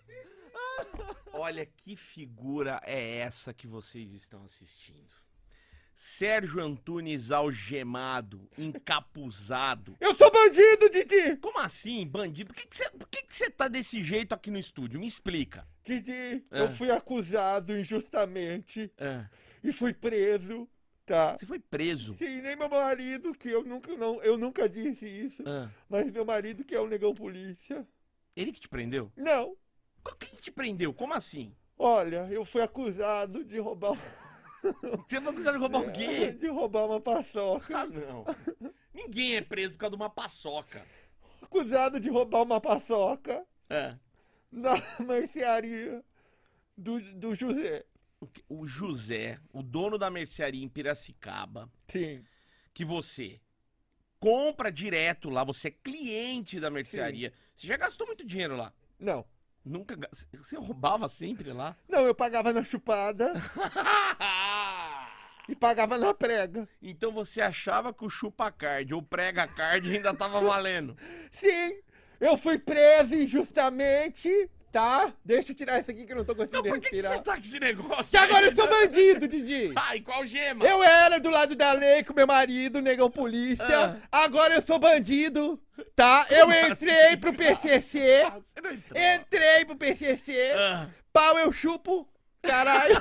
olha que figura é essa que vocês estão assistindo. Sérgio Antunes algemado, encapuzado. Eu sou bandido, Didi! Como assim, bandido? Por que que você por que que você tá desse jeito aqui no estúdio? Me explica. Didi, Ah. eu fui acusado injustamente Ah, e fui preso, tá? você foi preso. Sim, nem meu marido, que eu nunca, não, eu nunca disse isso, Ah, mas meu marido que é um negão polícia. ele que te prendeu? Não, Co- Quem que te prendeu? Como assim? olha, eu fui acusado de roubar, Você foi acusado de roubar o quê? de roubar uma paçoca. Ah, não. Ninguém é preso por causa de uma paçoca. Acusado de roubar uma paçoca Ah, na mercearia do, do José. o que- O José, o dono da mercearia em Piracicaba, Sim, que você compra direto lá, você é cliente da mercearia. Você já gastou muito dinheiro lá. não. Nunca. ga- Você roubava sempre lá? Não, eu pagava na chupada e pagava na prega. então você achava que o chupa-card ou prega-card ainda tava valendo. Sim, eu fui preso injustamente, tá? Deixa eu tirar isso aqui que eu não tô Não, conseguindo por que, que respirar. você tá com esse negócio? Que agora eu aí? tô bandido, Didi. Ai, qual gema? Eu era do lado da lei com meu marido, negão polícia. Agora eu sou bandido, tá? Eu entrei pro PCC. Ah, Você não entrou. Entrei pro PCC. Ah. Pau eu chupo. Caralho.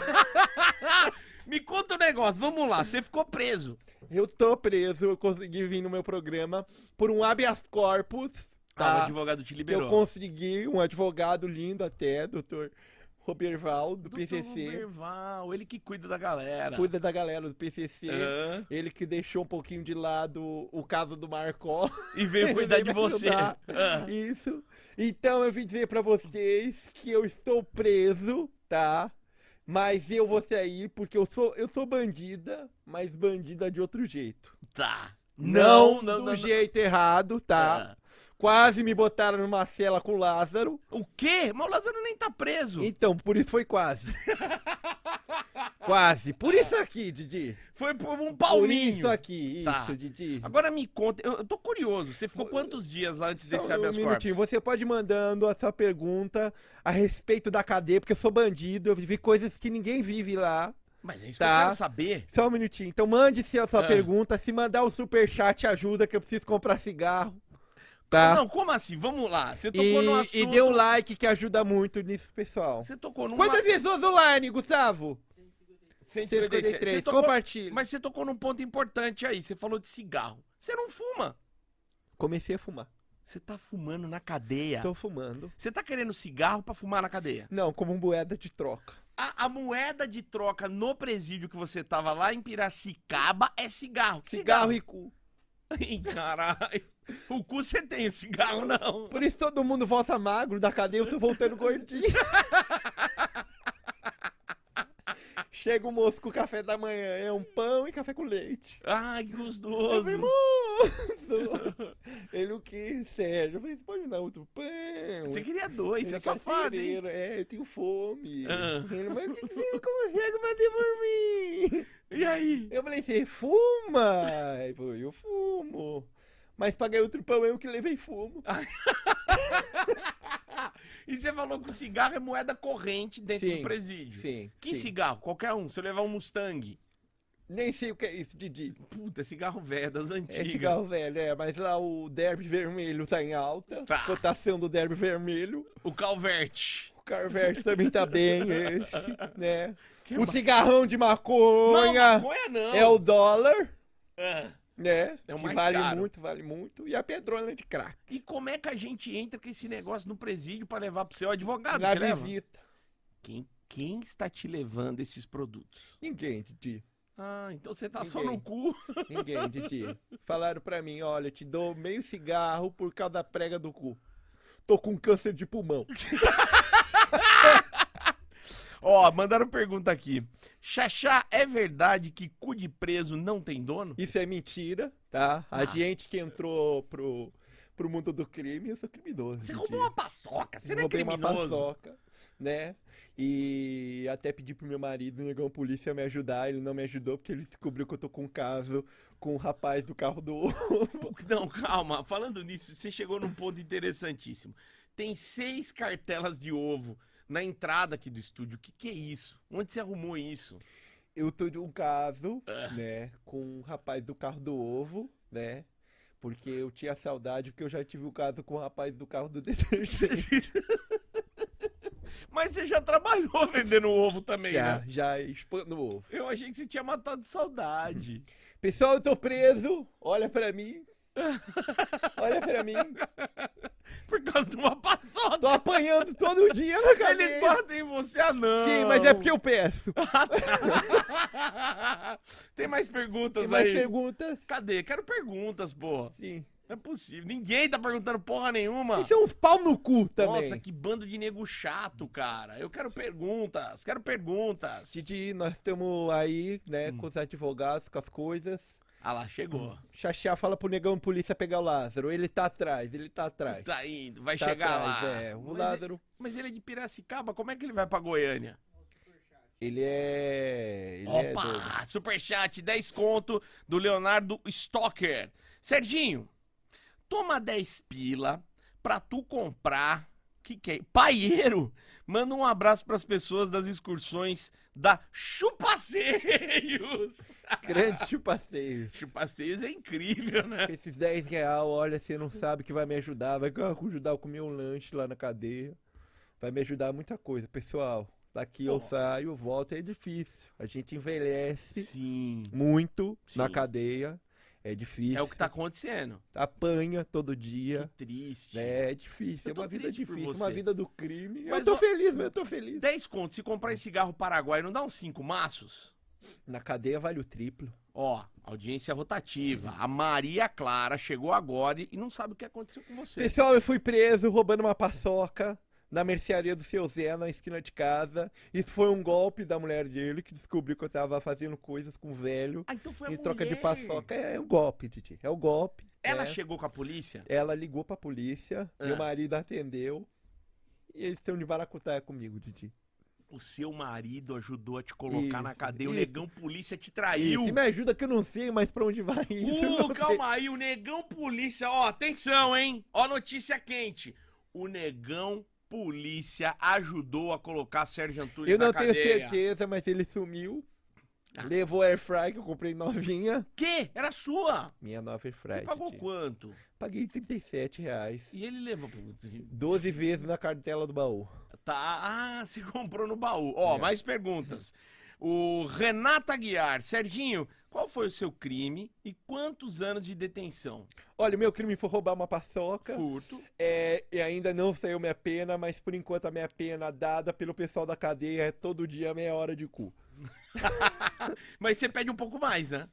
Me conta um negócio, vamos lá, você ficou preso. Eu tô preso, eu consegui vir no meu programa por um habeas corpus, Ah, o tá? advogado te que eu liberou. consegui, um advogado lindo até, doutor Roberval, do PCC. Berval, ele que cuida da galera. Cuida da galera do PCC. Aham. Ele que deixou um pouquinho de lado o caso do Marcó. E veio cuidar Ele de me você. ajudar. Ah. Isso. Então eu vim dizer pra vocês que eu estou preso, tá? Mas eu vou sair porque eu sou, eu sou bandida, mas bandida de outro jeito. Tá. Não, não, do não. não. jeito errado, tá? Ah. Quase me botaram numa cela com o Lázaro. O quê? Mas o Lázaro nem tá preso. Então, por isso foi quase. quase. Por isso aqui, Didi. Foi por um Por palminho. isso aqui, isso, Tá. Didi. Agora me conta, eu, eu tô curioso, você ficou quantos dias lá antes desse Só habeas um minutinho, corpus? você pode ir mandando a sua pergunta a respeito da cadeia, porque eu sou bandido, eu vivi coisas que ninguém vive lá. Mas é isso que Tá. eu quero saber. Só um minutinho. Então mande-se a sua Ah. pergunta, se mandar o superchat ajuda que eu preciso comprar cigarro. Tá? Não, como assim? Vamos lá, você tocou e, no assunto. e dê um like que ajuda muito nisso, pessoal. Você tocou numa... Quantas pessoas online, Gustavo? 156. Você 153. tocou... Compartilha. Mas você tocou num ponto importante aí, você falou de cigarro. Você não fuma. Comecei a fumar. Você tá fumando na cadeia. Tô fumando. Você tá querendo cigarro pra fumar na cadeia. Não, como moeda de troca. A, a moeda de troca no presídio que você tava lá em Piracicaba é cigarro. Que Cigarro, e cu. Ih, caralho. O cu você tem, o cigarro não. Por isso todo mundo volta magro da cadeia, eu tô voltando gordinho. Chega o moço com o café da manhã, é um pão e café com leite. Ai, que Eu gostoso. falei, moço! Ele o que, Sérgio? Eu falei, você pode me dar outro pão? Você queria dois, você é Ele safado, hein? carcereiro, É, eu tenho fome. Ah. Ele, mas o que, que você não consegue fazer por mim? E aí? Eu falei, você fuma? Ele falou, eu fumo. Mas paguei outro pão, eu que levei fumo. Ah, E você falou que o cigarro é moeda corrente dentro Sim, do presídio. Sim. Que sim. cigarro? Qualquer um. Se eu levar um Mustang. Nem sei o que é isso, Didi. Puta, é cigarro velho das É antigas. cigarro velho, é, mas lá o derby vermelho tá em alta. Tá. Cotação do derby vermelho. O Calvert. O Carvert também tá bem, esse, né? Que o ma- cigarrão de Não, maconha maconha não. é o dólar, Ah. né? É o que mais vale caro. muito, vale muito. E a pedrona de crack. E como é que a gente entra com esse negócio no presídio pra levar pro seu advogado? Na Ah, que leva? visita. Quem, quem está te levando esses produtos? Ninguém, Didi. Ah, então você tá só Ninguém. no cu. Ninguém, Didi. Falaram pra mim, olha, eu te dou meio cigarro por causa da prega do cu. Tô com câncer de pulmão. Ó, mandaram pergunta aqui. Xaxá, é verdade que cu de preso não tem dono? Isso é mentira, tá? A Ah. gente que entrou pro, pro mundo do crime, eu sou criminoso. Você Didi. roubou uma paçoca, você não é Roubei Uma criminoso. paçoca, né? E até pedi pro meu marido, o negão polícia, me ajudar. Ele não me ajudou porque ele descobriu que eu tô com um caso com o rapaz do carro do ovo. Não, calma. Falando nisso, você chegou num ponto interessantíssimo. Tem seis cartelas de ovo na entrada aqui do estúdio. O que, que é isso? Onde você arrumou isso? Eu tô de um caso, Ah. né, com um rapaz do carro do ovo, né? Porque eu tinha saudade, porque eu já tive um caso com o rapaz do carro do detergente. Mas você já trabalhou vendendo ovo também, já, né? já expando o ovo. Eu achei que você tinha matado de saudade. Pessoal, eu tô preso, olha pra mim. Olha pra mim. Por causa de uma paçoca. Tô apanhando todo dia na Eles cadeia. batem em você, ah não. Sim, mas é porque eu peço. Tem mais perguntas Tem mais aí. perguntas? Cadê? Quero perguntas, porra. Sim. Não é possível. Ninguém tá perguntando porra nenhuma. Isso é uns pau no cu também. Ah. Nossa, que bando de nego chato, cara. Eu quero perguntas, quero perguntas. Didi, nós estamos aí, né, Hum. com os advogados, com as coisas. Ah lá, chegou. Xaxá fala pro negão polícia pegar o Lázaro. Ele tá atrás, ele tá atrás. Tá indo, vai Tá chegar atrás, lá. É. O mas, Lázaro, mas ele é de Piracicaba, como é que ele vai pra Goiânia? ele é. Ele é doido. Opa, superchat, 10 conto do Leonardo Stocker. Serginho, toma 10 pila pra tu comprar. Que que é? Paieiro! Manda um abraço pras pessoas das excursões da Chupaceios! Grande chupaceio. Chupaceios é incrível, né? Esses 10 real, olha, você não sabe que vai me ajudar. Vai ajudar a comer um lanche lá na cadeia. Vai me ajudar muita coisa, pessoal. Daqui eu Ó. saio, volto, é difícil. A gente envelhece Sim. muito na Sim. cadeia. É difícil. É o que tá acontecendo. Apanha todo Que dia. triste. né? É difícil. Eu É tô uma vida triste por difícil. você. Uma vida do crime. Mas, eu tô ó, feliz, mas eu tô feliz. 10 conto, se comprar esse cigarro paraguai, não dá uns 5 maços? Na cadeia vale o triplo. Ó, audiência rotativa. A Maria Clara chegou agora e não sabe o que aconteceu com você. Pessoal, eu fui preso roubando uma paçoca na mercearia do seu Zé, na esquina de casa. Isso foi um golpe da mulher dele, que descobriu que eu tava fazendo coisas com o velho. Ah, então foi a em troca de mulher. paçoca. É, é um golpe, Didi. É um golpe. Ela né? chegou com a polícia? Ela ligou pra polícia, Ah. meu marido atendeu. E eles estão de baracutaia comigo, Didi. O seu marido ajudou a te colocar Isso, na cadeia. O isso. negão polícia te Isso, traiu. e me ajuda que eu não sei mais pra onde vai isso. eu não Uh, sei. calma aí, o negão polícia. Ó, atenção, hein? Ó, notícia quente. O negão polícia ajudou a colocar Sérgio Antunes Eu na não tenho cadeia. certeza, mas ele sumiu. Levou a airfry que eu comprei novinha. Que? Era sua. Minha nova airfry. Você pagou Didi. quanto? Paguei 37 reais. E ele levou. 12 vezes na cartela do baú. Tá. Ah, você comprou no baú. Ó, É. mais perguntas. O Renata Aguiar. Serginho, qual foi o seu crime e quantos anos de detenção? Olha, meu crime foi roubar uma paçoca. Furto. É, e ainda não saiu minha pena, mas por enquanto a minha pena dada pelo pessoal da cadeia é todo dia meia hora de cu. Mas você pede um pouco mais, né?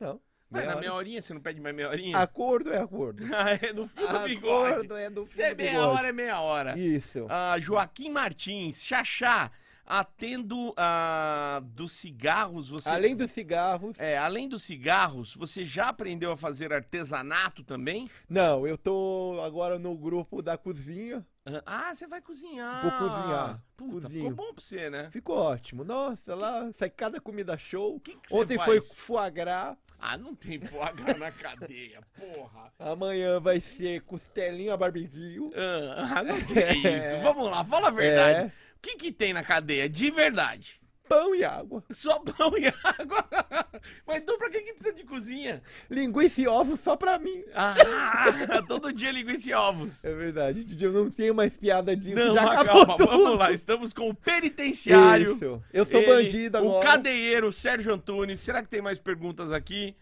Não. Vai, meia na hora. meia horinha, você não pede mais meia horinha? Acordo é acordo. Ah, é no fim do bigode. Acordo é do Se é fundo do meia bigode. hora, é meia hora. Isso. Ah, Joaquim Martins, Xaxá, atendo ah, dos cigarros, você. Além dos cigarros. É, além dos cigarros, você já aprendeu a fazer artesanato também? Não, eu tô agora no grupo da cozinha. Ah, você vai cozinhar. Vou cozinhar. Puta, Cozinho. ficou bom pra você, né? Ficou ótimo. Nossa, lá sai cada comida show. O que, que você Ontem faz? foi foie gras. Ah, não tem foagra na cadeia, porra. Amanhã vai ser costelinha barbecue. Ah, não tem É. isso. Vamos lá, fala a verdade. O que que tem na cadeia, de verdade? Pão e água. Só pão e água. Mas então pra que que precisa de cozinha? Linguiça e ovos só pra mim. Ah, todo dia linguiça e ovos. É verdade, Didi, eu não tenho mais piada disso. Não, já acabou, acabou tudo. vamos lá, estamos com o penitenciário. Isso. Eu sou Ele, bandido O agora. cadeieiro Sérgio Antunes. Será que tem mais perguntas aqui?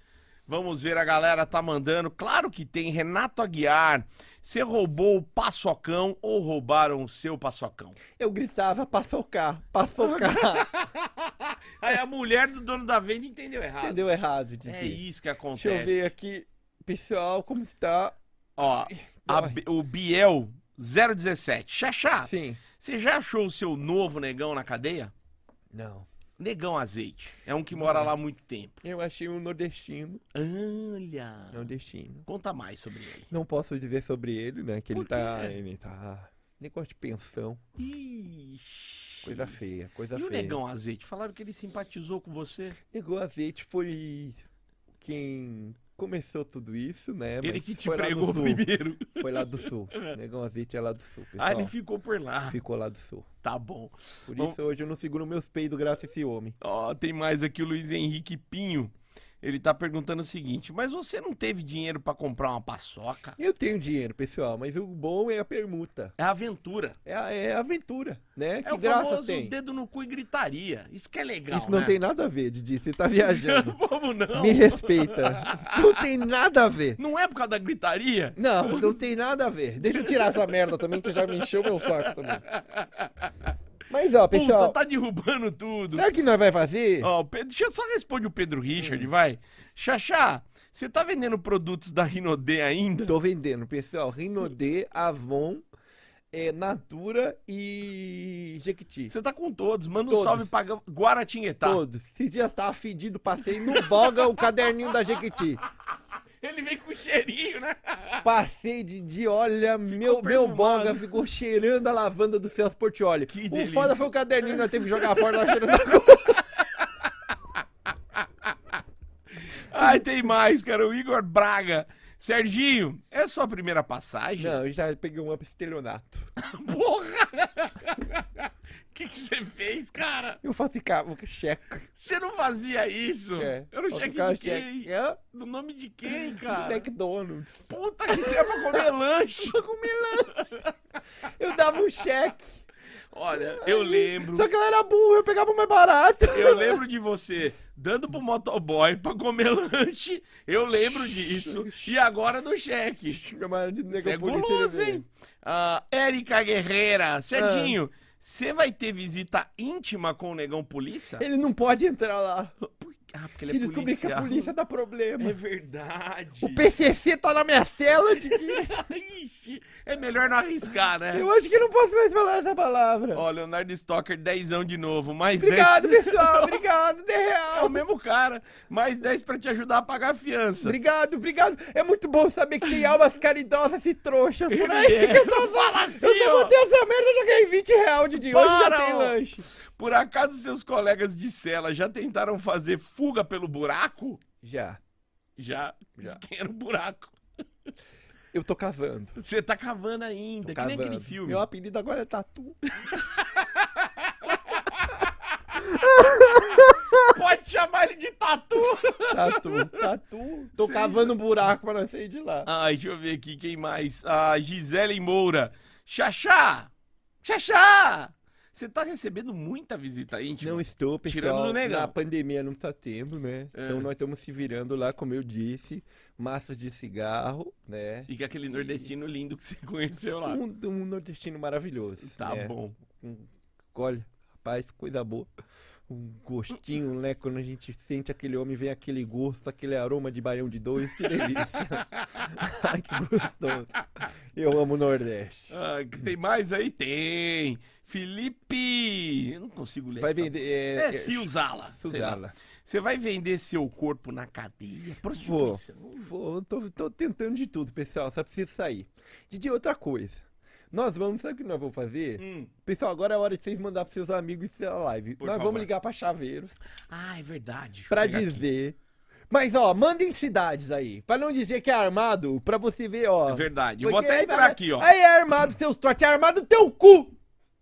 Vamos ver, a galera tá mandando. Claro que tem. Renato Aguiar. Você roubou o paçocão ou roubaram o seu paçocão? Eu gritava, passou cá, passou cá. Aí a mulher do dono da venda entendeu errado. Entendeu errado, Didi. É isso que acontece. Deixa eu ver aqui. Pessoal, como está? Ó, a B- o Biel 017. Xaxá, Sim. você já achou o seu novo negão na cadeia? Não. Negão azeite. É um que mora lá há muito tempo. Eu achei um nordestino. Olha. Nordestino. Conta mais sobre ele. Não posso dizer sobre ele, né? Que ele Por tá. quê? Ele tá. Negócio de pensão. Ixi. Coisa feia, coisa E feia. o Negão Azeite? Falaram que ele simpatizou com você. Negou azeite foi quem começou tudo isso, né? Ele mas que te foi lá do pregou sul, Então. primeiro. Foi lá do sul. Negão Azeite é lá do sul, pessoal. Ah, ele ficou por lá. Ficou lá do sul. Tá bom. Por Vamos- isso hoje eu não seguro meus peidos graças a esse homem. Ó, tem mais aqui o Luiz Henrique Pinho. Ele tá perguntando o seguinte: Mas você não teve dinheiro pra comprar uma paçoca? Eu tenho dinheiro, pessoal, mas o bom é a permuta. É aventura. É a, é a aventura, né? É que o graça famoso tem. dedo no cu e gritaria. Isso que é legal. Isso não né? tem nada a ver, Didi. Você tá viajando. Vamos não. Me respeita. Não tem nada a ver. Não é por causa da gritaria? Não, não tem nada a ver. Deixa eu tirar essa merda também, que já me encheu meu saco também. Mas ó, pessoal, Puta, tá derrubando tudo. sabe o que nós vai fazer? Ó, o Pedro, deixa eu só responder o Pedro Hum. Richard, vai. Xaxá, você tá vendendo produtos da Rinodê ainda? Tô vendendo, pessoal. Rinodê, Avon, é, Natura e Jequiti. Você tá com todos. Manda um Todos. salve pra Gua- Guaratinguetá. Todos. Esses dias tava fedido, passei no boga o caderninho da Jequiti. Ele vem com cheirinho, né? Passei de, de olha, meu, meu perfumado. boga ficou cheirando a lavanda do Celso Portioli. Que o delícia. foda foi o caderninho, nós teve que jogar fora, nós cheirando a Ai, tem mais, cara. O Igor Braga. Serginho, é sua primeira passagem? Não, eu já peguei um estelionato. Porra! O que que você fez, cara? Eu falsificava cheque. Você não fazia isso. É, Eu não cheque falsificava de quem? cheque. É, No nome de quem, do cara? McDonald's. Puta que você é pra comer lanche. pra comer lanche. Eu dava um cheque. Olha, eu lembro. Só que eu era burro, eu pegava o mais barato. Eu lembro de você dando pro motoboy pra comer lanche. Eu lembro disso. E agora do cheque. Chamaram de Você negão é guloso, hein? Ah, Érica Guerreira. Serginho, você vai ter visita íntima com o Negão Polícia? Ele não pode entrar lá. Por- Ah, porque Se ele é descobrir que a policial. polícia dá É problema. verdade. O PCC tá na minha cela, Didi. Ixi, é melhor não arriscar, né? Eu acho que eu não posso mais falar essa palavra. Ó, Leonardo Stocker, dezão de novo. Mais 10. Obrigado, pessoal. Obrigado, de É o real. mesmo cara. Mais 10 pra te ajudar a pagar a fiança. Obrigado, obrigado. É muito bom saber que tem almas caridosas e trouxas por aí. Ele é. Que eu tô Fala assim, Eu só ó. botei essa merda e joguei 20 real, Didi. Hoje Para, já tem ó. lanche. Por acaso seus colegas de cela já tentaram fazer fuga pelo buraco? Já. Já. Já. Quem era o buraco? Eu tô cavando. Você tá cavando ainda, que nem aquele Cavando. filme. Meu apelido agora é Tatu. Pode chamar ele de tatu. Tatu, Tatu. Tô Sim. Ah, cavando um buraco pra não sair de lá. Ai, deixa eu ver aqui quem mais. A Gisele Moura. Xaxá! Xaxá! Você tá recebendo muita visita íntima. Não estou, Tirando pessoal. do negão. Na pandemia não tá tendo, né? É. Então nós estamos se virando lá, como eu disse. Massas de cigarro, né? E com aquele nordestino lindo que você conheceu lá. Um, um nordestino maravilhoso. Tá né? bom. Um- Olha, rapaz, coisa boa. Um gostinho, né? Quando a gente sente aquele homem, vem aquele gosto, aquele aroma de baião de dois, que delícia. Ai, que gostoso. Eu amo o Nordeste. Ah, tem mais aí? Tem. Felipe. Eu não consigo ler. Vai essa- vender. É, É, se usá-la. sei lá. né? Sudala. Você vai vender seu corpo na cadeia? Prostituição. Pô, eu tô, tô tentando de tudo, pessoal. Só preciso sair. Didi, outra coisa. Nós vamos, sabe o que nós vamos fazer? Hum. Pessoal, agora é hora de vocês mandar pros seus amigos essa live. Por nós favor. vamos ligar pra Chaveiros Ah, é verdade. Deixa eu pra pegar aqui. dizer. Mas ó, mandem cidades aí. Pra não dizer que é armado, pra você ver, ó. É verdade. Eu vou Porque até aí entrar vai- aqui, ó. Aí é armado, seus trotes. É armado teu cu!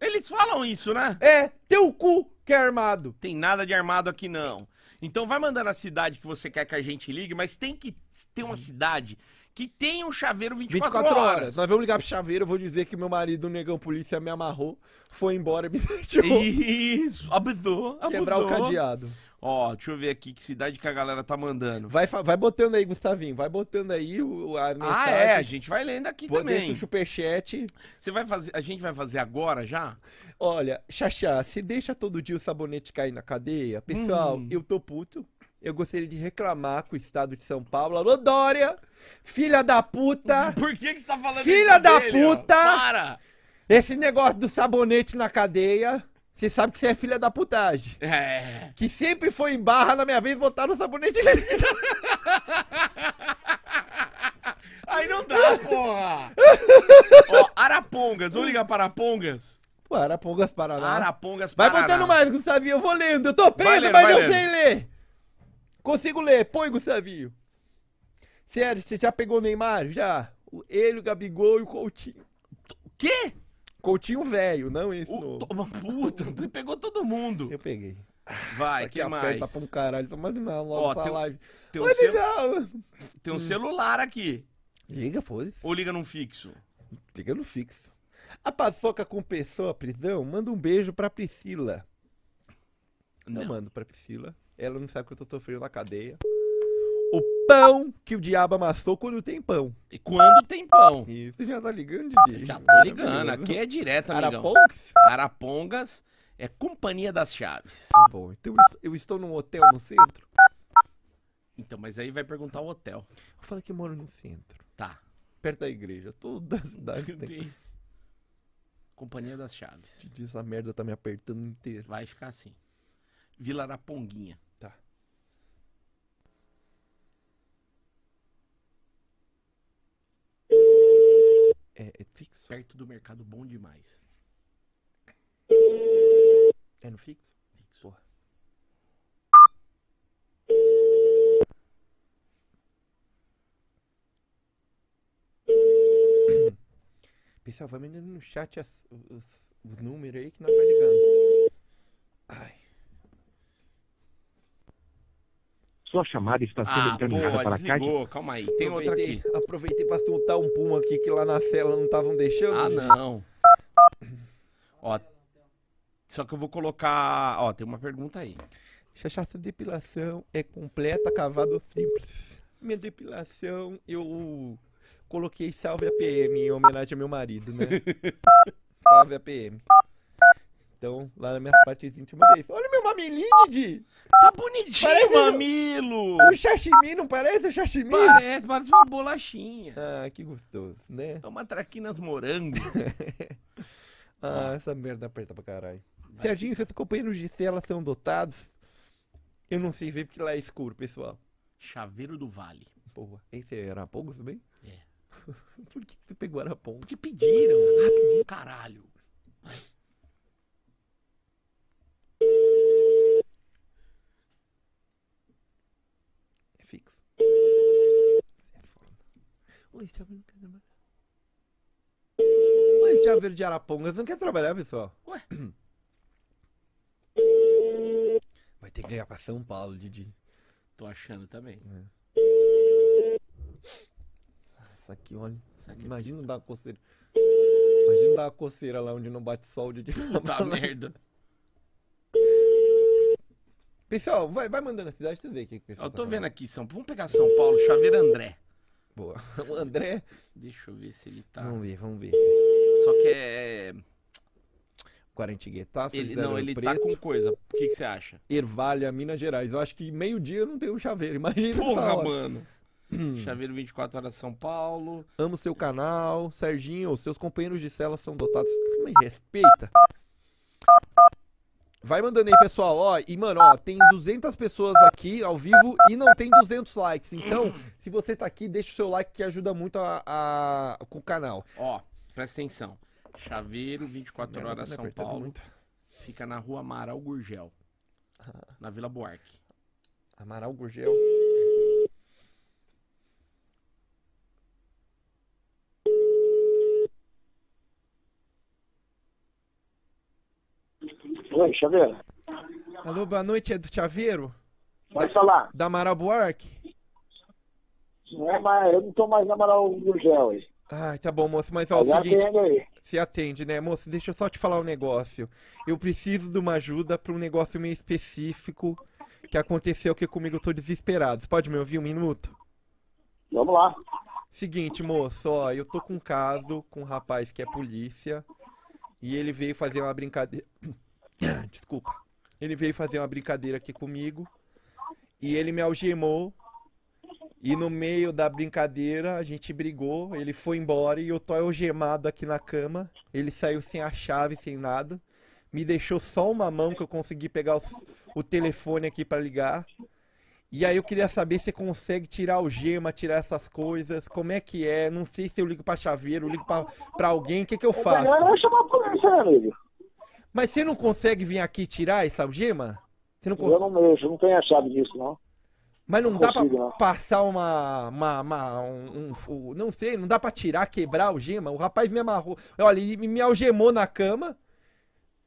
Eles falam isso, né? É, teu cu que é armado. Tem nada de armado aqui, não. Então vai mandando a cidade que você quer que a gente ligue, mas tem que ter Hum. uma cidade que tenha um chaveiro 24, 24 horas. horas. Nós vamos ligar pro chaveiro, eu vou dizer que meu marido, o negão polícia, me amarrou, foi embora e me deixou Isso, abdou, abdou. quebrar o cadeado. Ó, deixa eu ver aqui que cidade que a galera tá mandando. Vai, fa- vai botando aí, Gustavinho, vai botando aí o, o- a mensagem. Ah, é, a gente vai lendo aqui Bota esse também. superchat. Você vai fazer, a gente vai fazer agora já? Olha, Xaxá, se deixa todo dia o sabonete cair na cadeia, pessoal, Hum. eu tô puto. Eu gostaria de reclamar com o estado de São Paulo. Alô, Dória! Filha da puta! Por que, que você tá falando Filha isso da dele, ó? puta! Para! Esse negócio do sabonete na cadeia, você sabe que você é filha da putagem. É. Que sempre foi em barra na minha vez botar no sabonete. Aí não dá, porra! Ó, Arapongas, vamos ligar para Arapongas? Pô, Arapongas Paraná. Arapongas, Vai Paraná. botando mais, Gustavinho, eu vou lendo. Eu tô preso, lendo, mas vai eu lendo. sei ler. Consigo ler. Põe, Gustavinho. Sério, você já pegou o Neymar? Já. O- Ele, o Gabigol e o Coutinho. Quê? Coutinho velho, não esse O, novo. toma puta, tu pegou todo mundo. Eu peguei. Vai, Isso que aqui mais? aperta pra um caralho. Tá mais mal logo Ó, essa tem um- live. Tem um, Mas cel- legal. tem um Hum. celular aqui. Liga, foda-se. Ou liga num fixo. Liga no fixo. A paçoca com pessoa prisão, manda um beijo pra Priscila. Eu Não. mando pra Priscila. Ela não sabe que eu tô sofrendo na cadeia. O pão que o diabo amassou quando tem pão. E quando tem pão? E você já tá ligando, Eu Didi? Já tô ligando, aqui é direto, amigão. Arapongs? Arapongas é Companhia das Chaves. Tá bom, então eu- eu estou num hotel no centro. Então, mas aí vai perguntar o hotel. Eu falo que eu moro no centro, Tá. perto da igreja. Toda a cidade Tá, tem. Companhia das Chaves. Didi, Essa merda tá me apertando inteiro. Vai ficar assim. Vila Araponguinha. Tá. É, é fixo? Perto do mercado bom demais. É no fixo? Porra. Pessoal, vai mandando no chat as- os, os números aí que nós vai ligando. Ai. Sua chamada está sendo Ah, encaminhada pô, para cá. de- desligou. Calma aí. Tem outra aproveitei, aqui. Aproveitei pra soltar um pum aqui que lá na cela não estavam deixando. Ah, Didi. não. Ó. Só que eu vou colocar. Ó, tem uma pergunta aí. Chachaça depilação é completa, cavada ou simples? Minha depilação, eu coloquei salve a PM em homenagem ao meu marido, né? salve a PM. Então, lá na minha parte íntima desse. Olha meu mamilinho, Didi! Tá bonitinho, Parece- um mamilo! O chachimi não parece o chachimi? Parece, parece uma bolachinha. Ah, que gostoso, né? É uma traquinas morango. Ah, essa merda aperta pra caralho. Serginho, seus companheiros de cela são dotados? Eu não sei ver porque lá é escuro, pessoal. Chaveiro do Vale. Porra, esse é Arapongas também? É. Por que você pegou Arapongas? Porque pediram. Ah, pediram. Caralho. É fixo. É foda. Oi, Chave não quer trabalhar. Oi, Chave de Arapongas não quer trabalhar, pessoal. Ué? Vai ter que ligar pra São Paulo, Didi. Tô achando também. Nossa, aqui, olha. Será que é Imagina dar uma coceira. Imagina dar uma coceira lá onde não bate sol, Didi. Puta Tá merda. Pessoal, vai, vai mandando a cidade, você vê o que que o pessoal Eu tá tô falando. vendo aqui, São Paulo. Vamos pegar São Paulo, Chaveiro André. Boa. O André. Deixa eu ver se ele tá. Vamos ver, vamos ver. Só que é. Quarentiguetaço, Ele, Zero não, ele Preto, tá com coisa. O que, que você acha? Ervalha, Minas Gerais. Eu acho que meio-dia eu não tenho chaveiro. Imagina essa Porra, hora. mano. Hum. Chaveiro 24 horas São Paulo. Amo seu canal, Serginho. Seus companheiros de cela são dotados. Me respeita. Vai mandando aí, pessoal. Ó, e mano, ó, tem 200 pessoas aqui ao vivo e não tem 200 likes. Então, se você tá aqui, deixa o seu like que ajuda muito a, a- com o canal. Ó, presta atenção. Chaveiro 24 Merda, horas tá me São apertando Paulo. muito. Fica na rua Amaral Gurgel. Ah. Na Vila Buarque. Amaral Gurgel. Oi, Xavier. Alô, boa noite, é do Chaveiro? Pode falar. Da Amaral Buarque? Não é mais, eu não tô mais na moral do gel aí. Ai, tá bom, moço, mas ó, o Já seguinte, tem aí. se atende, né, moço? Deixa eu só te falar um negócio. Eu preciso de uma ajuda pra um negócio meio específico que aconteceu aqui comigo, eu tô desesperado. Você Pode me ouvir um minuto? Vamos lá. Seguinte, moço, ó, eu tô com um caso com um rapaz que é polícia e ele veio fazer uma brincadeira. Desculpa. Ele veio fazer uma brincadeira aqui comigo e ele me algemou. E no meio da brincadeira a gente brigou, ele foi embora e eu tô algemado aqui na cama. Ele saiu sem a chave, sem nada. Me deixou só uma mão que eu consegui pegar o, o telefone aqui pra ligar. E aí eu queria saber se você consegue tirar algema, tirar essas coisas, como é que é? Não sei se eu ligo pra chaveiro, eu ligo pra, pra alguém, o que que eu O melhor faço? é chamar a polícia, né, amigo. Mas você não consegue vir aqui tirar essa algema? Você não Eu consegue? não mexo, não tenho a chave disso, não. Mas não Não dá pra consigo, não. passar uma. uma, uma- um, um- um- não sei, não dá pra tirar, quebrar a algema. O rapaz me amarrou. Olha, ele me algemou na cama,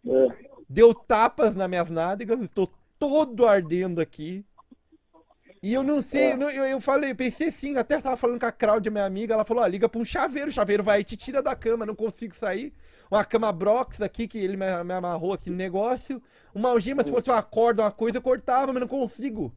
É. deu tapas nas minhas nádegas, estou todo ardendo aqui. E eu não sei, eu, não- eu, eu falei, eu pensei sim, até tava falando com a Cláudia, minha amiga, ela falou, ó, liga pra um chaveiro, o chaveiro vai e te tira da cama, não consigo sair. Uma cama brox aqui, que ele me, me amarrou aqui no negócio. Uma algema, se fosse uma corda, uma coisa, eu cortava, mas não consigo.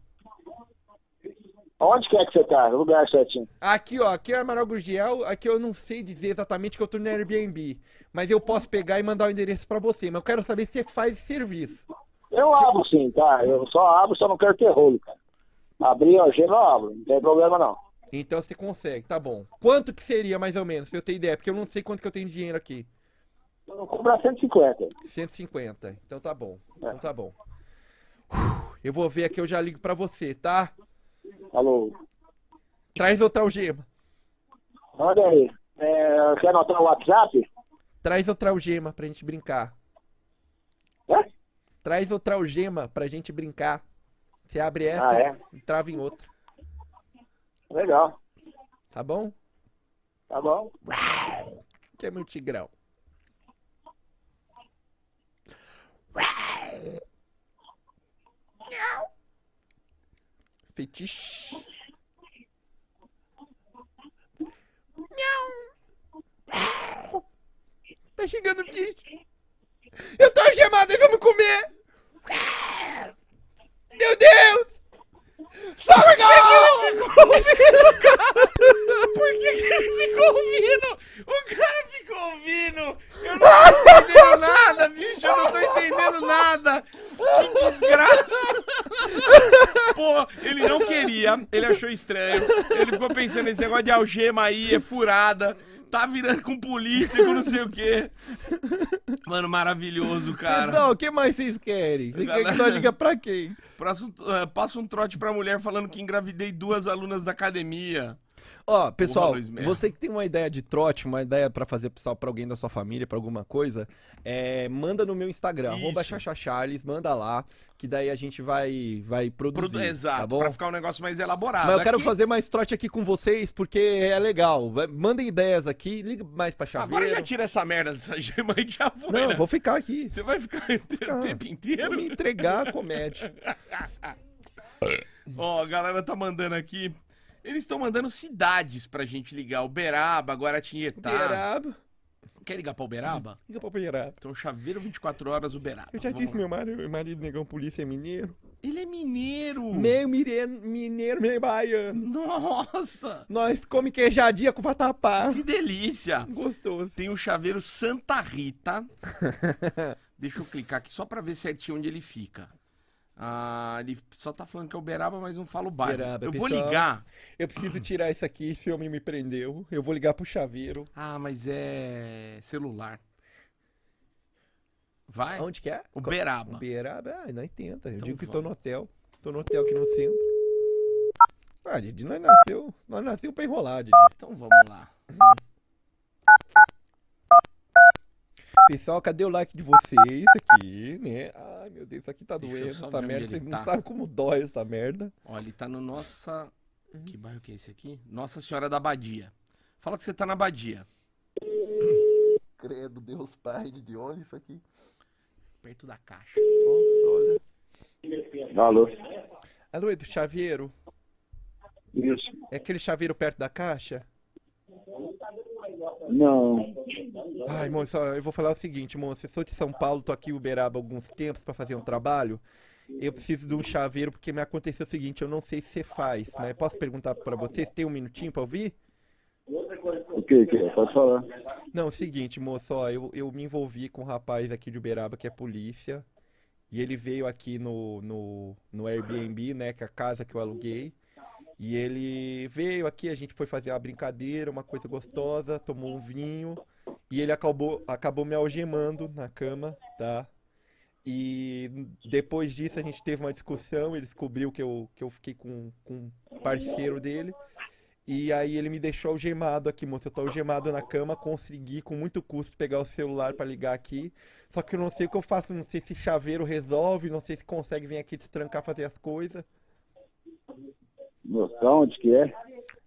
Onde que é que você tá? No lugar certinho. Aqui, ó, aqui é Amaral Gurgel, aqui eu não sei dizer exatamente que eu tô no Airbnb, mas eu posso pegar e mandar o endereço pra você, mas eu quero saber se você faz esse serviço. Eu abro sim, tá? Eu só abro, só não quero ter rolo, cara. Abrir a algema, eu abro. Não tem problema, não. Então você consegue, tá bom. Quanto que seria mais ou menos, pra eu ter ideia, porque eu não sei quanto que eu tenho de dinheiro aqui. Eu vou comprar 150. 150, então tá bom, É. então tá bom. Uf, Eu vou ver aqui, eu já ligo pra você, tá? Alô. Traz outra algema, Olha aí. É, quer anotar o WhatsApp? traz outra algema pra gente brincar. É? Traz outra algema pra gente brincar. Você abre essa, Ah, é? e trava em outra, Legal. tá bom? Tá bom. Que é meu tigrão. Fetiche. Miau. Tá chegando o bicho. Eu tô algemado, eles vão me comer. Meu Deus. Só um que ele ficou ouvindo, cara. Por que, que ele ficou ouvindo? O cara ficou ouvindo! Eu não tô entendendo nada, bicho! Eu não tô entendendo nada! Que desgraça! Pô, ele não queria, ele achou estranho, ele ficou pensando nesse negócio de algema aí, é furada, tá virando com polícia, com não sei o quê. Mano, maravilhoso, cara. Pessoal, o que mais vocês querem? Você quer que Galera. nós liga pra quem? Próximo, eh, passa um trote pra mulher falando que engravidei duas alunas da academia. Ó, pessoal, Luiz Mel. você que tem uma ideia de trote, uma ideia pra fazer pessoal para alguém da sua família, pra alguma coisa, é, manda no meu Instagram, Isso. arroba xaxaCharles, manda lá, que daí a gente vai vai produzir, Pro- Exato, tá bom? pra ficar um negócio mais elaborado. Mas eu quero Aqui- fazer mais trote aqui com vocês, porque é legal. Vai- Mandem ideias aqui, liga mais pra chaveiro. Agora já tira essa merda dessa gema aí que já foi. né? Não, vou ficar aqui. Você vai ficar o tempo Vou me inteiro? entregar à comédia. Ó, a galera tá mandando aqui. Eles estão mandando cidades pra gente ligar. Uberaba, Guaratinguetá. Uberaba. Quer ligar pra Uberaba? Liga pra Uberaba. Então, chaveiro 24 horas, Uberaba. Eu já Vamos disse, lá. meu marido, meu marido negão polícia é mineiro. Ele é mineiro. Meio mineiro, mineiro, meio baiano. Nossa, Nós come queijadinha com vatapá. que delícia. Gostoso. Tem o chaveiro Santa Rita. Deixa eu clicar aqui só pra ver certinho onde ele fica. Ah, ele só tá falando que é Uberaba, mas não fala o bairro. Uberaba, eu vou pessoal. ligar. Eu preciso tirar isso aqui, esse homem me prendeu. Eu vou ligar pro chaveiro. Ah, mas é celular. Vai? Onde que é? Uberaba. Uberaba. Ah, não tenta. Eu Então digo que tô vamos. no hotel. Tô no hotel aqui no centro. Ah, Didi, nós nasceu. Nós nasceu pra enrolar, Didi. Então vamos lá. Pessoal, cadê o like de vocês aqui, né? Ai, meu Deus, isso aqui tá Deixa eu doendo, só essa ver onde merda. ele Vocês não tá. sabem como dói essa merda. Olha, ele tá no nossa. Que bairro que é esse aqui? Nossa Senhora da Abadia. Fala que você tá na Abadia. Credo, Deus Pai, de onde isso aqui? Perto da caixa. Nossa, olha. Alô. Alô, é do chaveiro? Isso. É aquele chaveiro perto da caixa? Não. Ai, moça, eu vou falar o seguinte, moça. Eu sou de São Paulo, tô aqui em Uberaba há alguns tempos pra fazer um trabalho. Eu preciso de um chaveiro porque me aconteceu o seguinte, eu não sei se você faz, mas posso perguntar pra vocês? Tem um minutinho pra ouvir? O que que é? Pode falar. Não, é o seguinte, moça, ó, eu, eu me envolvi com um rapaz aqui de Uberaba que é polícia. E ele veio aqui no, no, no Airbnb, né, que é a casa que eu aluguei. E ele veio aqui, a gente foi fazer uma brincadeira, uma coisa gostosa, tomou um vinho. E ele acabou, acabou me algemando na cama, tá? E depois disso a gente teve uma discussão, ele descobriu que eu, que eu fiquei com, com um parceiro dele. E aí ele me deixou algemado aqui, moço. Eu tô algemado na cama, consegui com muito custo pegar o celular pra ligar aqui. Só que eu não sei o que eu faço, não sei se chaveiro resolve, não sei se consegue vir aqui destrancar, fazer as coisas. Noção, onde que é?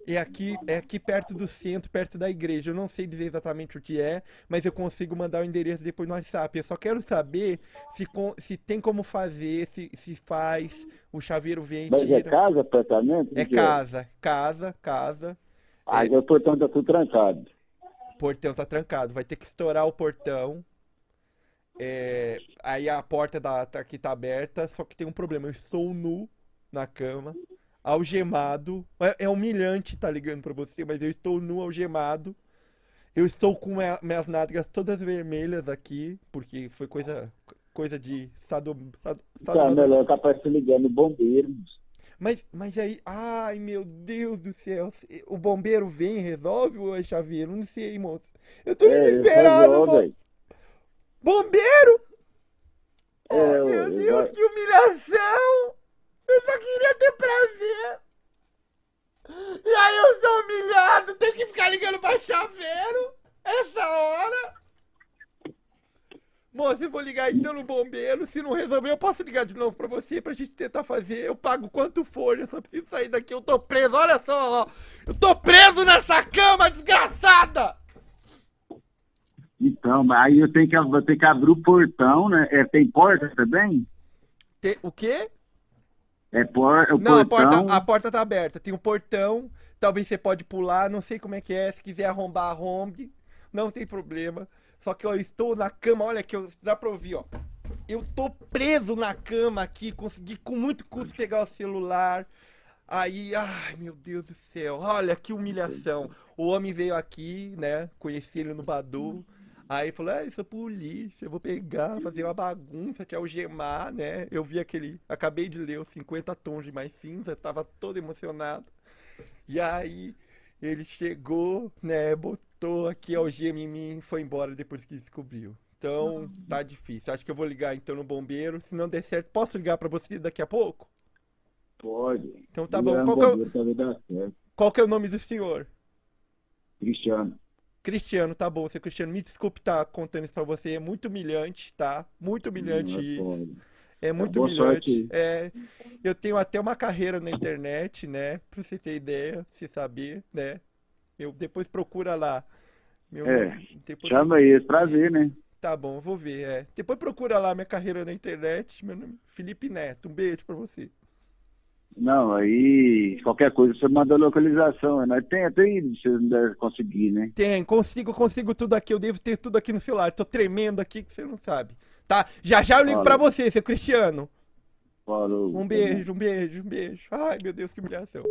É aqui, é aqui perto do centro, perto da igreja. Eu não sei dizer exatamente o que é, mas eu consigo mandar o endereço depois no WhatsApp. Eu só quero saber se, con- se tem como fazer, se, se faz, o chaveiro vem, Mas é tira. casa, apartamento? É Que que casa, casa, casa. Ah, o portão tá tudo trancado. O portão tá trancado, vai ter que estourar o portão. É, aí a porta da, tá, que tá aberta, só que tem um problema. Eu estou nu na cama, algemado. É, é humilhante tá ligando pra você, mas eu estou nu, algemado. Eu estou com minha- minhas nádegas todas vermelhas aqui, porque foi coisa, coisa de sado, sado, Tá, sadomaso- melhor capaz de ligando o bombeiro. Mas, mas aí, ai meu Deus do céu, se- o bombeiro vem, resolve ou é chaveiro? Não sei, moço. Eu tô desesperado, É, resolve, moço. aí. Bombeiro? Oh, É, ué, meu Deus, exato. que humilhação! Eu só queria ter prazer! E aí eu sou humilhado, tenho que ficar ligando pra chaveiro essa hora! Moço, eu vou ligar então no bombeiro, se não resolver eu posso ligar de novo pra você pra gente tentar fazer, eu pago quanto for, eu só preciso sair daqui, eu tô preso, olha só, ó. Eu tô preso nessa cama, desgraçada! Então, mas aí eu tenho que, eu tenho que abrir o portão, né? É, tem porta também? Te- o quê? É, por, é o Não, a portão. porta, a porta tá aberta. Tem um portão. Talvez você pode pular. Não sei como é que é. Se quiser arrombar, arrombe. Não tem problema. Só que ó, eu estou na cama. Olha que eu dá pra ouvir, ó. Eu tô preso na cama aqui. Consegui com muito custo pegar o celular. Aí, ai meu Deus do céu, olha que humilhação. O homem veio aqui, né? Conheci ele no Badu. Aí falou: É, isso é polícia, eu vou pegar, fazer uma bagunça, te algemar, né? Eu vi aquele. Acabei de ler os 50 tons de mais cinza, tava todo emocionado. E aí ele chegou, né? Botou aqui a algema em mim e foi embora depois que descobriu. Então, tá difícil. Acho que eu vou ligar então no bombeiro. Se não der certo, posso ligar pra você daqui a pouco? Pode. Então tá bom. Ligando Qual o que é o- bombeiro também dá certo. Qual que é o nome do senhor? Cristiano. Cristiano, tá bom, seu Cristiano, me desculpe estar contando isso pra você, é muito humilhante, tá? Muito humilhante Não, isso. pode. É muito boa humilhante. sorte. É, eu tenho até uma carreira na internet, né? Pra você ter ideia, se saber, né? Eu depois procura lá. Meu É, nome- depois- Chama eles pra ver, né? Tá bom, vou ver, é. Depois procura lá minha carreira na internet, meu nome é Felipe Neto. Um beijo pra você. Não, aí qualquer coisa você manda a localização. Nós tem até aí, se não der conseguir, né? Tem, consigo, consigo tudo aqui. Eu devo ter tudo aqui no celular. Tô tremendo aqui que você não sabe. Tá? Já já eu ligo Olha. pra você, seu Cristiano. Falou. Uhum. Um beijo, um beijo, um beijo. Ai, meu Deus, que humilhação.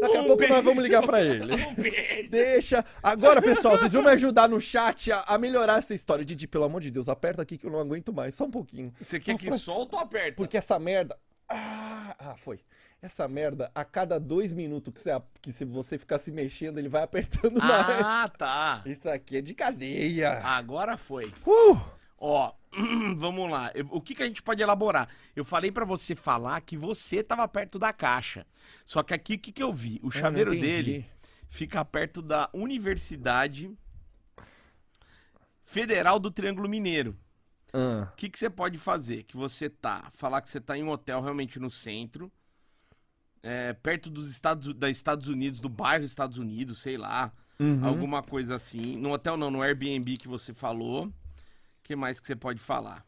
Daqui a Um pouco nós beijo. vamos ligar pra ele. Um beijo. Deixa. Agora, pessoal, vocês vão me ajudar no chat a, a melhorar essa história. Didi, pelo amor de Deus, aperta aqui que eu não aguento mais. Só um pouquinho. Você quer é que solta ou aperta? Porque essa merda. Ah, ah, foi. Essa merda, a cada dois minutos que você, que se você ficar se mexendo, ele vai apertando mais. Ah, tá. Isso aqui é de cadeia. Agora foi. Uh! Ó, vamos lá. Eu- O que, que a gente pode elaborar? Eu falei pra você falar que você tava perto da caixa. Só que aqui o que, que eu vi? O É, não chaveiro entendi. dele fica perto da Universidade Federal do Triângulo Mineiro. Ah, O que, que você pode fazer? Que você tá. Falar que você tá em um hotel realmente no centro. é, perto dos Estados, da Estados Unidos, do bairro Estados Unidos, sei lá. uhum. Alguma coisa assim. No hotel não, no Airbnb que você falou. O que mais que você pode falar?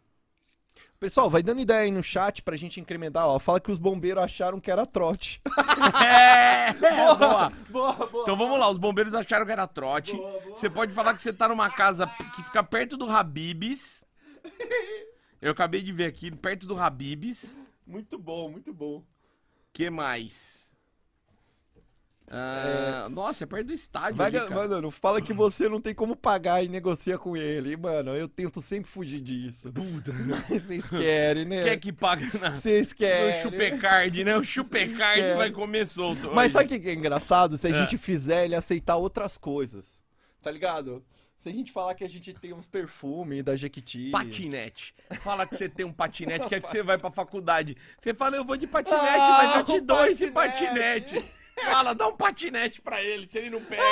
Pessoal, vai dando ideia aí no chat pra gente incrementar, ó. Fala que os bombeiros acharam que era trote. É! boa. Boa, boa. Então vamos lá, os bombeiros acharam que era trote. Você pode falar que você tá numa casa que fica perto do Habibs. Eu acabei de ver aqui, perto do Habibs. Muito bom, muito bom. que mais? Ah, Nossa, é perto do estádio. Vai, ali, cara. mano, fala que você não tem como pagar e negocia com ele. Mano, eu tento sempre fugir disso. Puta. Vocês querem, né? Quem é que paga na... Vocês no querem. chupecard, né? O chupecard É. vai comer solto. Mas hoje. sabe o que que é engraçado? Se a É. gente fizer ele aceitar outras coisas. Tá ligado? Se a gente falar que a gente tem uns perfumes da Jequiti. Patinete. Fala que você tem um patinete, quer que você vai pra faculdade. Você fala, eu vou de patinete, Ah, mas eu te um dou esse patinete. patinete. Fala, dá um patinete pra ele, se ele não pega.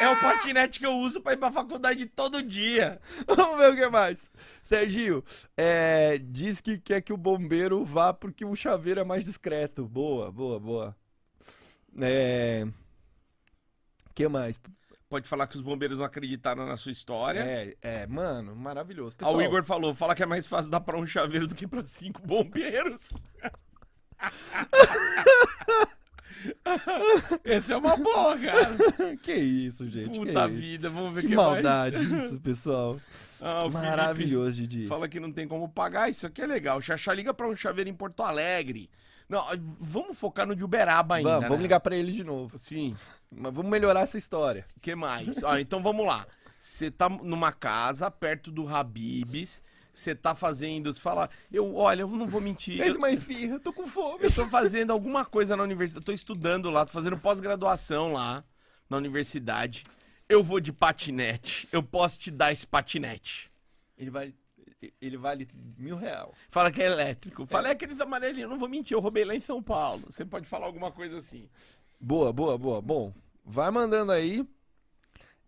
é o patinete que eu uso pra ir pra faculdade todo dia. Vamos ver o que mais. Serginho, é, diz que quer que o bombeiro vá porque o chaveiro é mais discreto. Boa, boa, boa. É. que mais? Pode falar que os bombeiros não acreditaram na sua história. É, é, mano, maravilhoso. Ah, Pessoal, o Igor falou, fala que é mais fácil dar pra um chaveiro do que pra cinco bombeiros. Essa é uma boa, cara. que isso, gente. Puta que é isso. vida, vamos ver o Que que maldade mais. isso, pessoal. Ah, o Felipe Maravilhoso, Didi. Fala que não tem como pagar, isso aqui é legal. Xaxá liga pra um chaveiro em Porto Alegre. Não, ah, vamos focar no de Uberaba ainda, Vamos, né? vamos ligar pra ele de novo. Sim, Mas vamos melhorar essa história. que mais? Ó, então vamos lá. Você tá numa casa perto do Habibs, você tá fazendo, você fala, eu, olha, eu não vou mentir. Fez Eu, uma enfirra, eu tô com fome. eu tô fazendo alguma coisa na universidade, eu tô estudando lá, tô fazendo pós-graduação lá na universidade. Eu vou de patinete. Eu posso te dar esse patinete. Ele vale, ele vale mil real. Fala que é elétrico. Fala é aqueles amarelinhos. Eu não vou mentir, eu roubei lá em São Paulo. Você pode falar alguma coisa assim. Boa, boa, boa. Bom, vai mandando aí.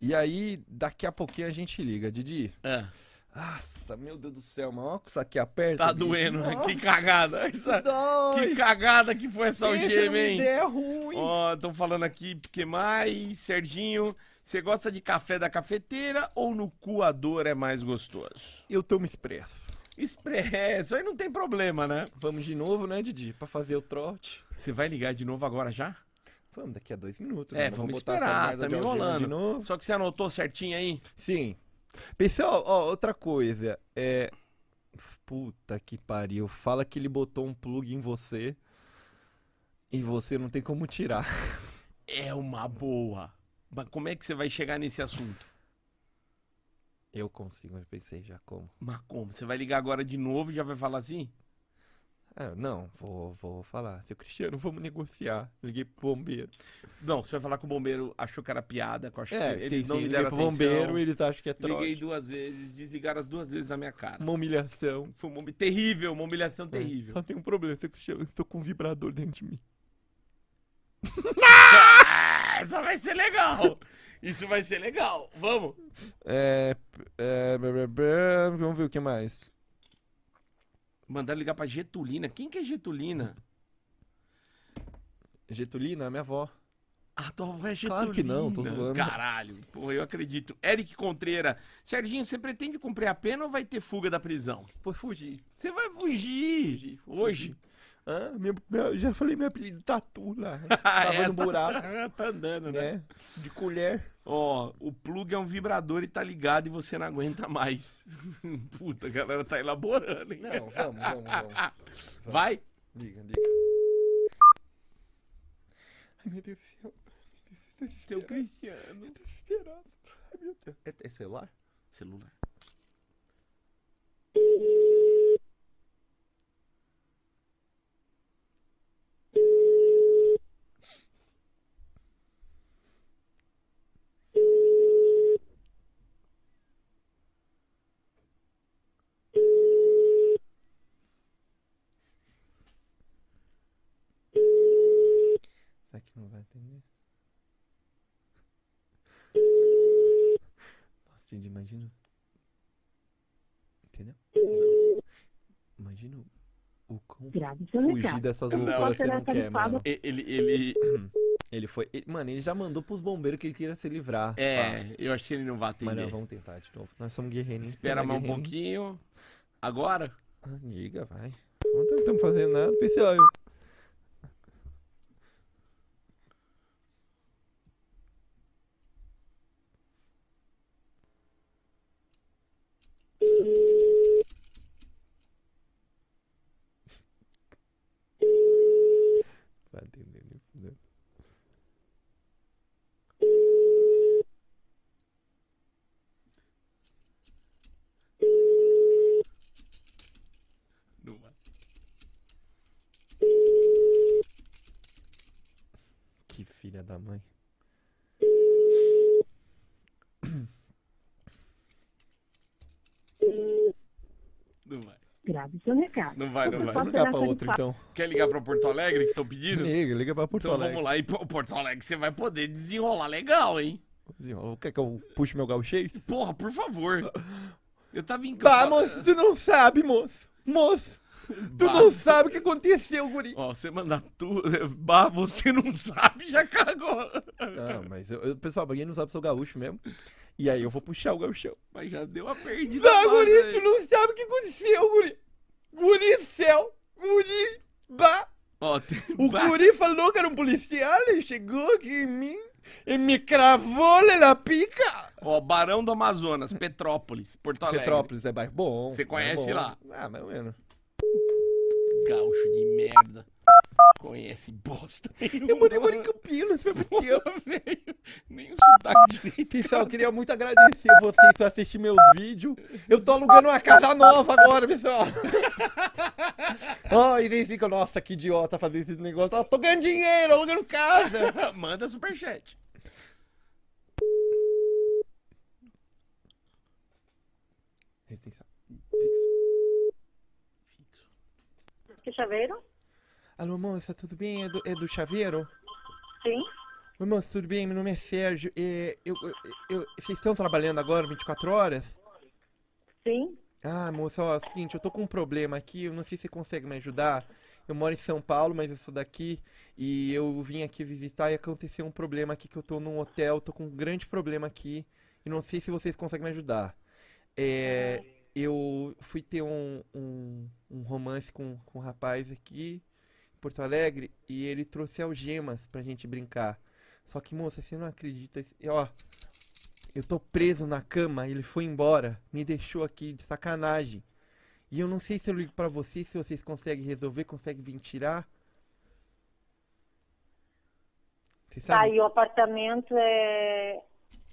E aí, daqui a pouquinho a gente liga, Didi. É. Nossa, meu Deus do céu, mano. Isso aqui aperta. Tá bicho. doendo, né? Nossa, Que cagada. Essa- dói. Que cagada que foi essa Pensa algema, numa hein? ideia é ruim. Ó, estão falando aqui, que mais? Serginho, você gosta de café da cafeteira ou no coador é mais gostoso? Eu tomo expresso. Expresso, aí não tem problema, né? Vamos de novo, né, Didi? Pra fazer o trote. Você vai ligar de novo agora já? Vamos, daqui a dois minutos. é, né? vamos botar essa esperar, merda tá de me algema enrolando. De novo. Só que você anotou certinho aí? Sim. Pessoal, ó, outra coisa. É. Puta que pariu. Fala que ele botou um plug em você. E você não tem como tirar. É uma boa. Mas como é que você vai chegar nesse assunto? Eu consigo, eu pensei já como. Mas como? Você vai ligar agora de novo e já vai falar assim? Ah, não, vou, vou falar. Seu Cristiano, vamos negociar. Liguei pro bombeiro. Não, você vai falar que o bombeiro achou que era piada, que eu achei É, que eles não me deram pro atenção. bombeiro, eles acham que é trote. Liguei duas vezes, desligaram as duas vezes na minha cara. Uma humilhação. Foi uma... terrível, uma humilhação terrível. Só tem um problema, seu Cristiano, eu tô com um vibrador dentro de mim. Ah, Essa vai ser legal! Isso vai ser legal, vamos! É. é blá, blá, blá, vamos ver o que mais. Mandaram ligar pra Getulina. Quem que é Getulina? Getulina, minha avó. Ah, tua avó é Getulina. Claro que não, tô zoando. Caralho, porra, eu acredito. Eric Contreira. Serginho, você pretende cumprir a pena ou vai ter fuga da prisão? Foi fugir. Você vai fugir! Fugir, fugir. Hoje? Ah, minha- minha- já falei meu apelido Tatu lá. Ah, Tava é, no tá- buraco, tá andando, né? né? De colher. Ó, o plug é um vibrador e tá ligado e você não aguenta mais. Puta, a galera tá elaborando, hein? Não, vamos, vamos, vamos. Vai? Liga, liga. Ai, meu Deus do céu. Seu Cristiano. Desesperado. Ai, meu Deus. É, é celular? Celular. Será que não vai atender? Nossa, gente, imagina. Entendeu? Imagina o quão Grave fugir soletrado. dessas Não. loucuras você Será não quer, tarifado? mano. E- Ele, ele, Ele foi. ele- mano, ele já mandou pros bombeiros que ele queria se livrar. pá. é, eu acho que ele não vai Mas não, atender. vamos tentar de novo. Nós somos guerreirinhos. Espera será mais um guerreirinho? pouquinho. Agora? Ah, Diga, vai. Não estamos fazendo nada, pessoal. Eu- Vai atender, né? Fudeu. Não vai. Que filha da mãe. Não vai. Grave seu recado. Não vai, não vai. Sobre qual Vamos ligar será pra outro tarifado? então. Quer ligar pra Porto Alegre que estão pedindo? Liga, liga pra Porto Então vamos Alegre. lá. E o Porto Alegre você vai poder desenrolar legal, hein? Desenrola. Quer que eu puxe meu gauchês? Porra, por favor. Eu tava em Bah, eu- moço, tu não sabe, moço. Moço, Tu não sabe o que aconteceu, guri. Ó, você manda tu. Bah, você não sabe, já cagou. Não, Ah, mas eu, eu- pessoal, pra quem não sabe, eu sou gaúcho mesmo. E aí eu vou puxar o gauchão. Mas já deu a perdida. Não, básica guri, tu aí. não sabe o que aconteceu, guri. Guri céu, guri, bah. Ó, tem... O bah, guri falou que era um policial, ele chegou aqui em mim e me cravou na pica. ó, Barão do Amazonas, Petrópolis, Porto Alegre. Petrópolis é bairro bom. Você é conhece bom. lá? Ah, mais ou menos. Gaúcho de merda. Conhece bosta. Eu morei, morei em Campinas, meu Deus. Nem o sotaque direito. Pessoal, eu queria muito agradecer vocês por assistir meus vídeos. Eu tô alugando uma casa nova agora, pessoal. Ó, e vocês ficam, nossa, que idiota fazer esse negócio. Ah, tô ganhando dinheiro, alugando casa. Manda superchat. Resistência. Fixo. Que chaveiro? Alô, moça, tudo bem? É do, é do chaveiro? Sim. Oi, moça, tudo bem? Meu nome é Sérgio. É, eu, eu, eu- vocês estão trabalhando agora, 24 horas? Sim. Ah, moça, ó, é o seguinte, eu tô com um problema aqui, eu não sei se você consegue me ajudar. Eu moro em São Paulo, mas eu sou daqui e eu vim aqui visitar e aconteceu um problema aqui que eu tô num hotel, tô com um grande problema aqui e não sei se vocês conseguem me ajudar. É, eu fui ter um, um, um romance com, com um rapaz aqui em Porto Alegre e ele trouxe algemas pra gente brincar. Só que, moça, você não acredita, esse- ó, eu tô preso na cama, ele foi embora, me deixou aqui de sacanagem. E eu não sei se eu ligo pra vocês, se vocês conseguem resolver, conseguem vir tirar. Você Tá, sabe? e o apartamento é.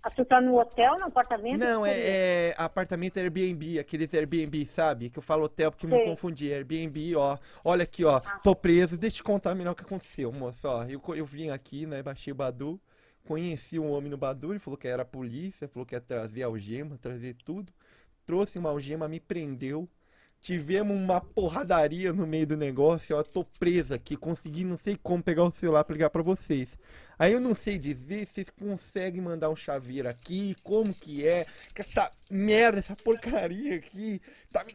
Ah, tu tá no hotel, no apartamento? Não, Desculpa. é, é apartamento Airbnb, aqueles Airbnb, sabe? Que eu falo hotel porque eu me Sei. confundi. Airbnb, ó. Olha aqui, ó. Tô preso, deixa eu te contar melhor o que aconteceu, moça. Ó, eu, co- eu vim aqui, né? Baixei o Badu. Conheci um homem no Badu, ele falou que era polícia, falou que ia trazer algema, trazer tudo. Trouxe uma algema, me prendeu. Tivemos uma porradaria no meio do negócio, ó. Tô presa aqui, consegui não sei como pegar o celular pra ligar pra vocês. Aí eu não sei dizer se vocês conseguem mandar um chaveiro aqui, como que é, que essa merda, essa porcaria aqui, tá me...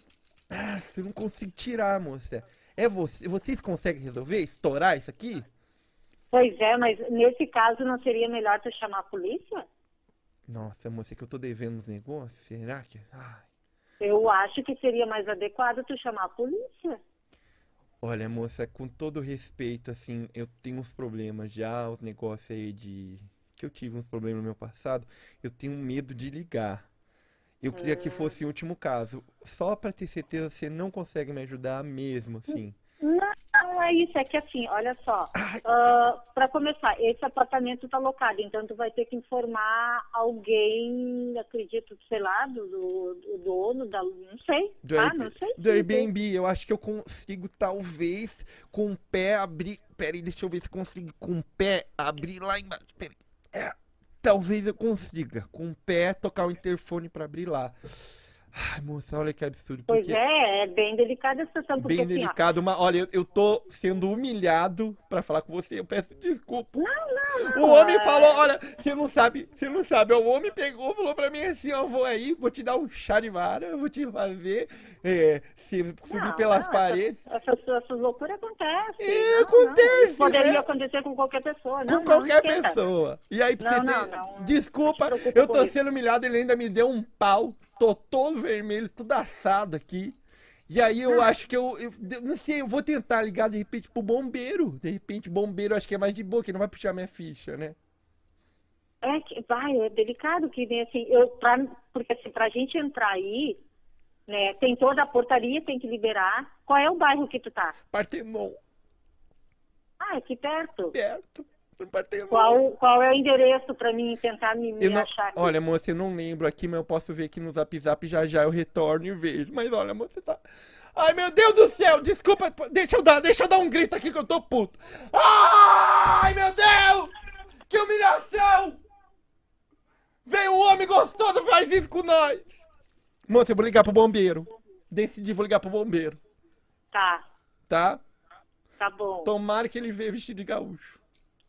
Ah, eu não consigo tirar, moça. É você, vocês conseguem resolver, estourar isso aqui? Pois é, mas nesse caso não seria melhor tu chamar a polícia? Nossa, moça, é que eu tô devendo uns negócios, será que... Ai. Eu acho que seria mais adequado tu chamar a polícia. Olha, moça, com todo respeito, assim, eu tenho uns problemas já, os negócios aí de... que eu tive uns problemas no meu passado, eu tenho medo de ligar. Eu queria que fosse o último caso, só pra ter certeza você não consegue me ajudar mesmo, assim. Não é isso, é que assim, olha só. ah, pra começar, esse apartamento tá locado, então tu vai ter que informar alguém, acredito, sei lá, do, do, do dono, da, não sei. Do, ah, Air- não sei. do Airbnb, eu acho que eu consigo, talvez, com o pé abrir. Peraí, deixa eu ver se consigo com o pé abrir lá embaixo. Peraí. É, talvez eu consiga, com o pé, tocar o interfone pra abrir lá. Ai, moça, olha que absurdo. Pois porque é, é bem delicada a situação, porque Bem assim, ó, delicado, mas olha, eu, eu tô sendo humilhado pra falar com você, eu peço desculpa. O homem É. falou, olha, você não sabe, você não sabe. O homem pegou, falou pra mim assim, ó, vou aí, vou te dar um chá de vara, eu vou te fazer é, se- subir Não, pelas não, essas- paredes. Essas, essas loucuras acontecem. É, não, acontece, não. Poderia né? acontecer com qualquer pessoa. Não, Com não, qualquer esquenta. pessoa. E aí, pra Não, você não, ter- não, não desculpa, se preocupe eu com tô isso. sendo humilhado, ele ainda me deu um pau, tô todo vermelho, tudo assado aqui. E aí eu acho que eu, eu- eu não sei, eu vou tentar ligar de repente pro bombeiro. De repente, bombeiro acho que é mais de boa, que não vai puxar minha ficha, né? É que vai, é delicado que nem assim, eu, pra, porque assim, pra gente entrar aí, né, tem toda a portaria, tem que liberar. Qual é o bairro que tu tá? Partenon, Ah, aqui É. perto. perto. um no Partenon. Qual, qual é o endereço pra mim tentar me, me Eu não- achar aqui? olha, moça, eu não lembro aqui, mas eu posso ver aqui no Zap Zap, já já eu retorno e vejo. Mas olha, moça, você tá... Ai, meu Deus do céu, desculpa, pô, deixa eu dar, deixa eu dar um grito aqui que eu tô puto. Ai, meu Deus, que humilhação! Vem um homem gostoso, faz isso com nós. Moça, eu vou ligar pro bombeiro. Decidi, vou ligar pro bombeiro, Tá, tá? tá bom. Tomara que ele veja vestido de gaúcho.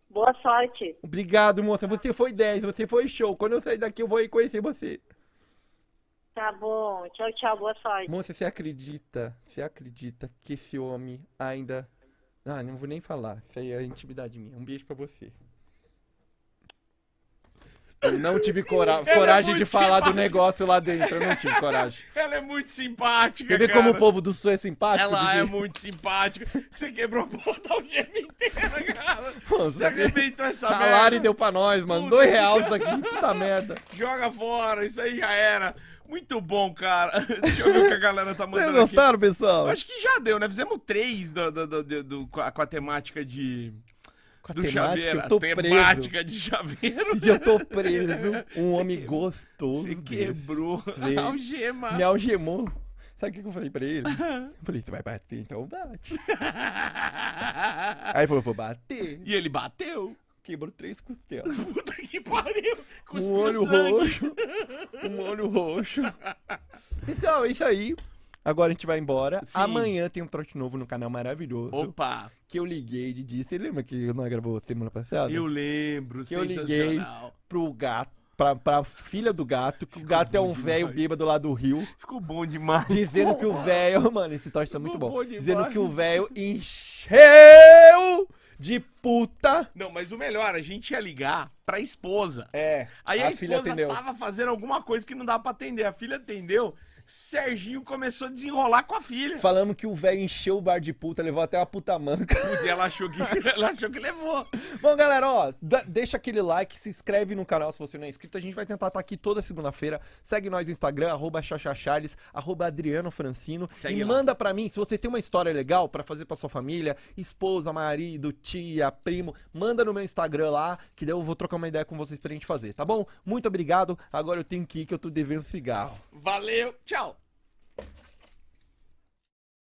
Boa sorte. Obrigado, moça, você foi 10, você foi show. Quando eu sair daqui, eu vou ir conhecer você. Tá bom. Tchau, tchau. Boa sorte. Moça, você acredita? Você acredita que esse homem ainda. Ah, não vou nem falar. Isso aí é intimidade minha. Um beijo pra você. Eu não tive cora- é coragem de muito falar do simpática. negócio lá dentro. Eu não tive coragem. Ela é muito simpática. Você vê cara. como o povo do Sul é simpático? Ela Didi? é muito simpática. Você quebrou a porta o dia inteiro, cara. Pô, Você sabe? arrebentou essa Salário merda. Tá deu pra nós, mano. Puta. Dois reais isso aqui. Puta merda. Joga fora, isso aí já era. Muito bom, cara. Deixa eu ver o que a galera tá Vocês mandando aqui. gostaram, pessoal? Eu acho que já deu, né? Fizemos três do, do- do- do- do- com, a, com a temática de. Com a do temática, chaveiro. eu tô a preso. temática de chaveiro. E eu tô preso. Um homem que- gostoso. Você desse. quebrou Sei. a algema. Me algemou. Sabe o que que eu falei pra ele? Eu falei, tu vai bater, então bate. Aí ele falou, vou bater. E ele bateu. Quebrou três costelas. Puta que pariu. Um Cuspiu olho sangue. roxo. Um olho roxo. Então, é isso aí. Agora a gente vai embora. Sim. Amanhã tem um trote novo no canal maravilhoso. Opa, Que eu liguei de disse. Você lembra que eu não gravou semana passada? eu lembro, Eu liguei. sensacional. Pro gato. Pra, pra filha do gato, que o gato é um bom velho demais. bêbado lá do rio. Ficou bom demais. Dizendo que o velho. Mano, esse trote tá muito Bom, bom. bom Dizendo que o demais. velho encheu de puta. Não, mas o melhor, a gente ia ligar pra esposa. É. Aí a, a filha esposa atendeu. tava fazendo alguma coisa que não dava pra atender. A filha atendeu, Serginho começou a desenrolar com a filha. Falamos que o velho encheu o bar de puta, levou até uma puta manca. E ela achou que, ela achou que levou. Bom, galera, ó, da- deixa aquele like, se inscreve no canal se você não é inscrito. A gente vai tentar estar aqui toda segunda-feira. Segue nós no Instagram, arroba chachacharles, arroba Adriano Francino. Segue e lá. manda pra mim, se você tem uma história legal pra fazer pra sua família, esposa, marido, tia, primo, manda no meu Instagram lá, que daí eu vou trocar uma ideia com vocês pra gente fazer, tá bom? Muito obrigado. Agora eu tenho que ir, que eu tô devendo cigarro. Valeu, tchau.